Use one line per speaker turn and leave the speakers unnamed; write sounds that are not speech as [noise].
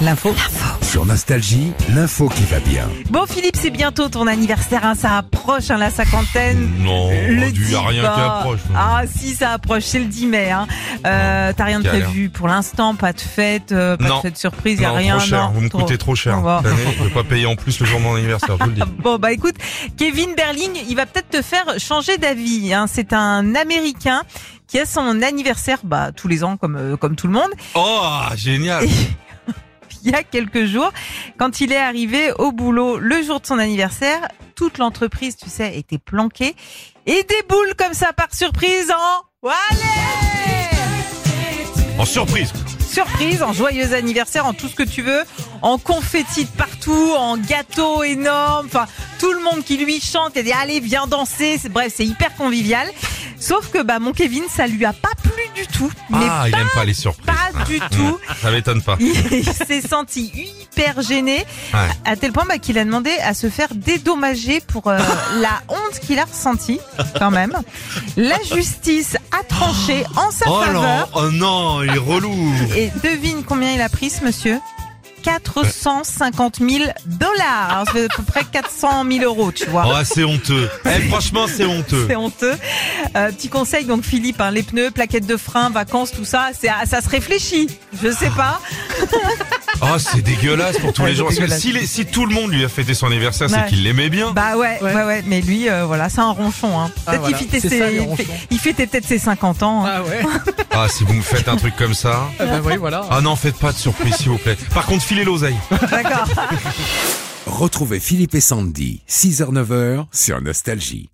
L'info.
Sur Nostalgie, l'info qui va bien.
Bon Philippe, c'est bientôt ton anniversaire, hein, ça approche hein, la cinquantaine.
Non,
Le
il n'y a
dis
rien
pas.
qui approche.
Ah si, ça approche, c'est le 10 mai. Hein. Euh, T'as rien de
galère.
prévu pour l'instant, pas de fête, euh, pas
Non.
de fête surprise, y a
non,
rien.
trop cher,
non,
vous me coûtez trop cher.
Au revoir.
Cette année, je vais pas payer en plus le jour de mon anniversaire, je vous
[laughs]
le dis.
Bon bah écoute, Kevin Berling, il va peut-être te faire changer d'avis. hein. C'est un Américain qui a son anniversaire bah, tous les ans comme, euh, comme tout le monde.
Oh, génial
Et il y a quelques jours, quand il est arrivé au boulot le jour de son anniversaire, toute l'entreprise, tu sais, était planquée et déboule comme ça par surprise en allez
[laughs] En surprise
surprise, en joyeux anniversaire, en tout ce que tu veux, en confetti de partout, en gâteau énorme, enfin tout le monde qui lui chante et dit allez viens danser, C'est- bref c'est hyper convivial. Sauf que bah mon Kevin ça lui a pas plu du tout, mais
Ah, il aime pas les surprises.
pas du tout.
Ça m'étonne pas.
Il s'est senti hyper gêné,
Ouais.
à tel point bah, qu'il a demandé à se faire dédommager pour
[laughs]
euh, la honte qu'il a ressentie, quand même. La justice a tranché en sa
Oh non,
faveur.
oh non, il
[laughs]
est relou
Et devine combien il a pris, ce monsieur 450 000 dollars, c'est à peu près 400 000 euros, tu vois.
Oh, c'est honteux. Eh, franchement, c'est honteux.
C'est honteux. Euh, petit conseil donc Philippe, hein, les pneus, plaquettes de frein, vacances, tout ça, c'est à- ça se réfléchit. Je sais pas.
Oh, c'est dégueulasse pour tous
Ouais,
les gens.
c'est
Parce
dégueulasse.
que si, les- si tout le monde lui a fêté son anniversaire, c'est
Ouais.
qu'il l'aimait bien.
Bah ouais, ouais, ouais, mais lui, euh, voilà, c'est un ronchon. Hein.
Ah,
Peut-être qu'il
voilà,
fêtait
c'est
ses-
ça, les
il,
ronchons.
fait- il fêtait peut-être ses 50 ans. hein.
Ah ouais [laughs]
Ah, si vous me faites un truc comme ça.
Ah bah oui, voilà.
Ah non, faites pas de surprise, s'il vous plaît. Par contre, filez l'oseille.
Ah. [laughs]
D'accord.
Retrouvez Philippe et Sandy, 6h-9h sur Nostalgie.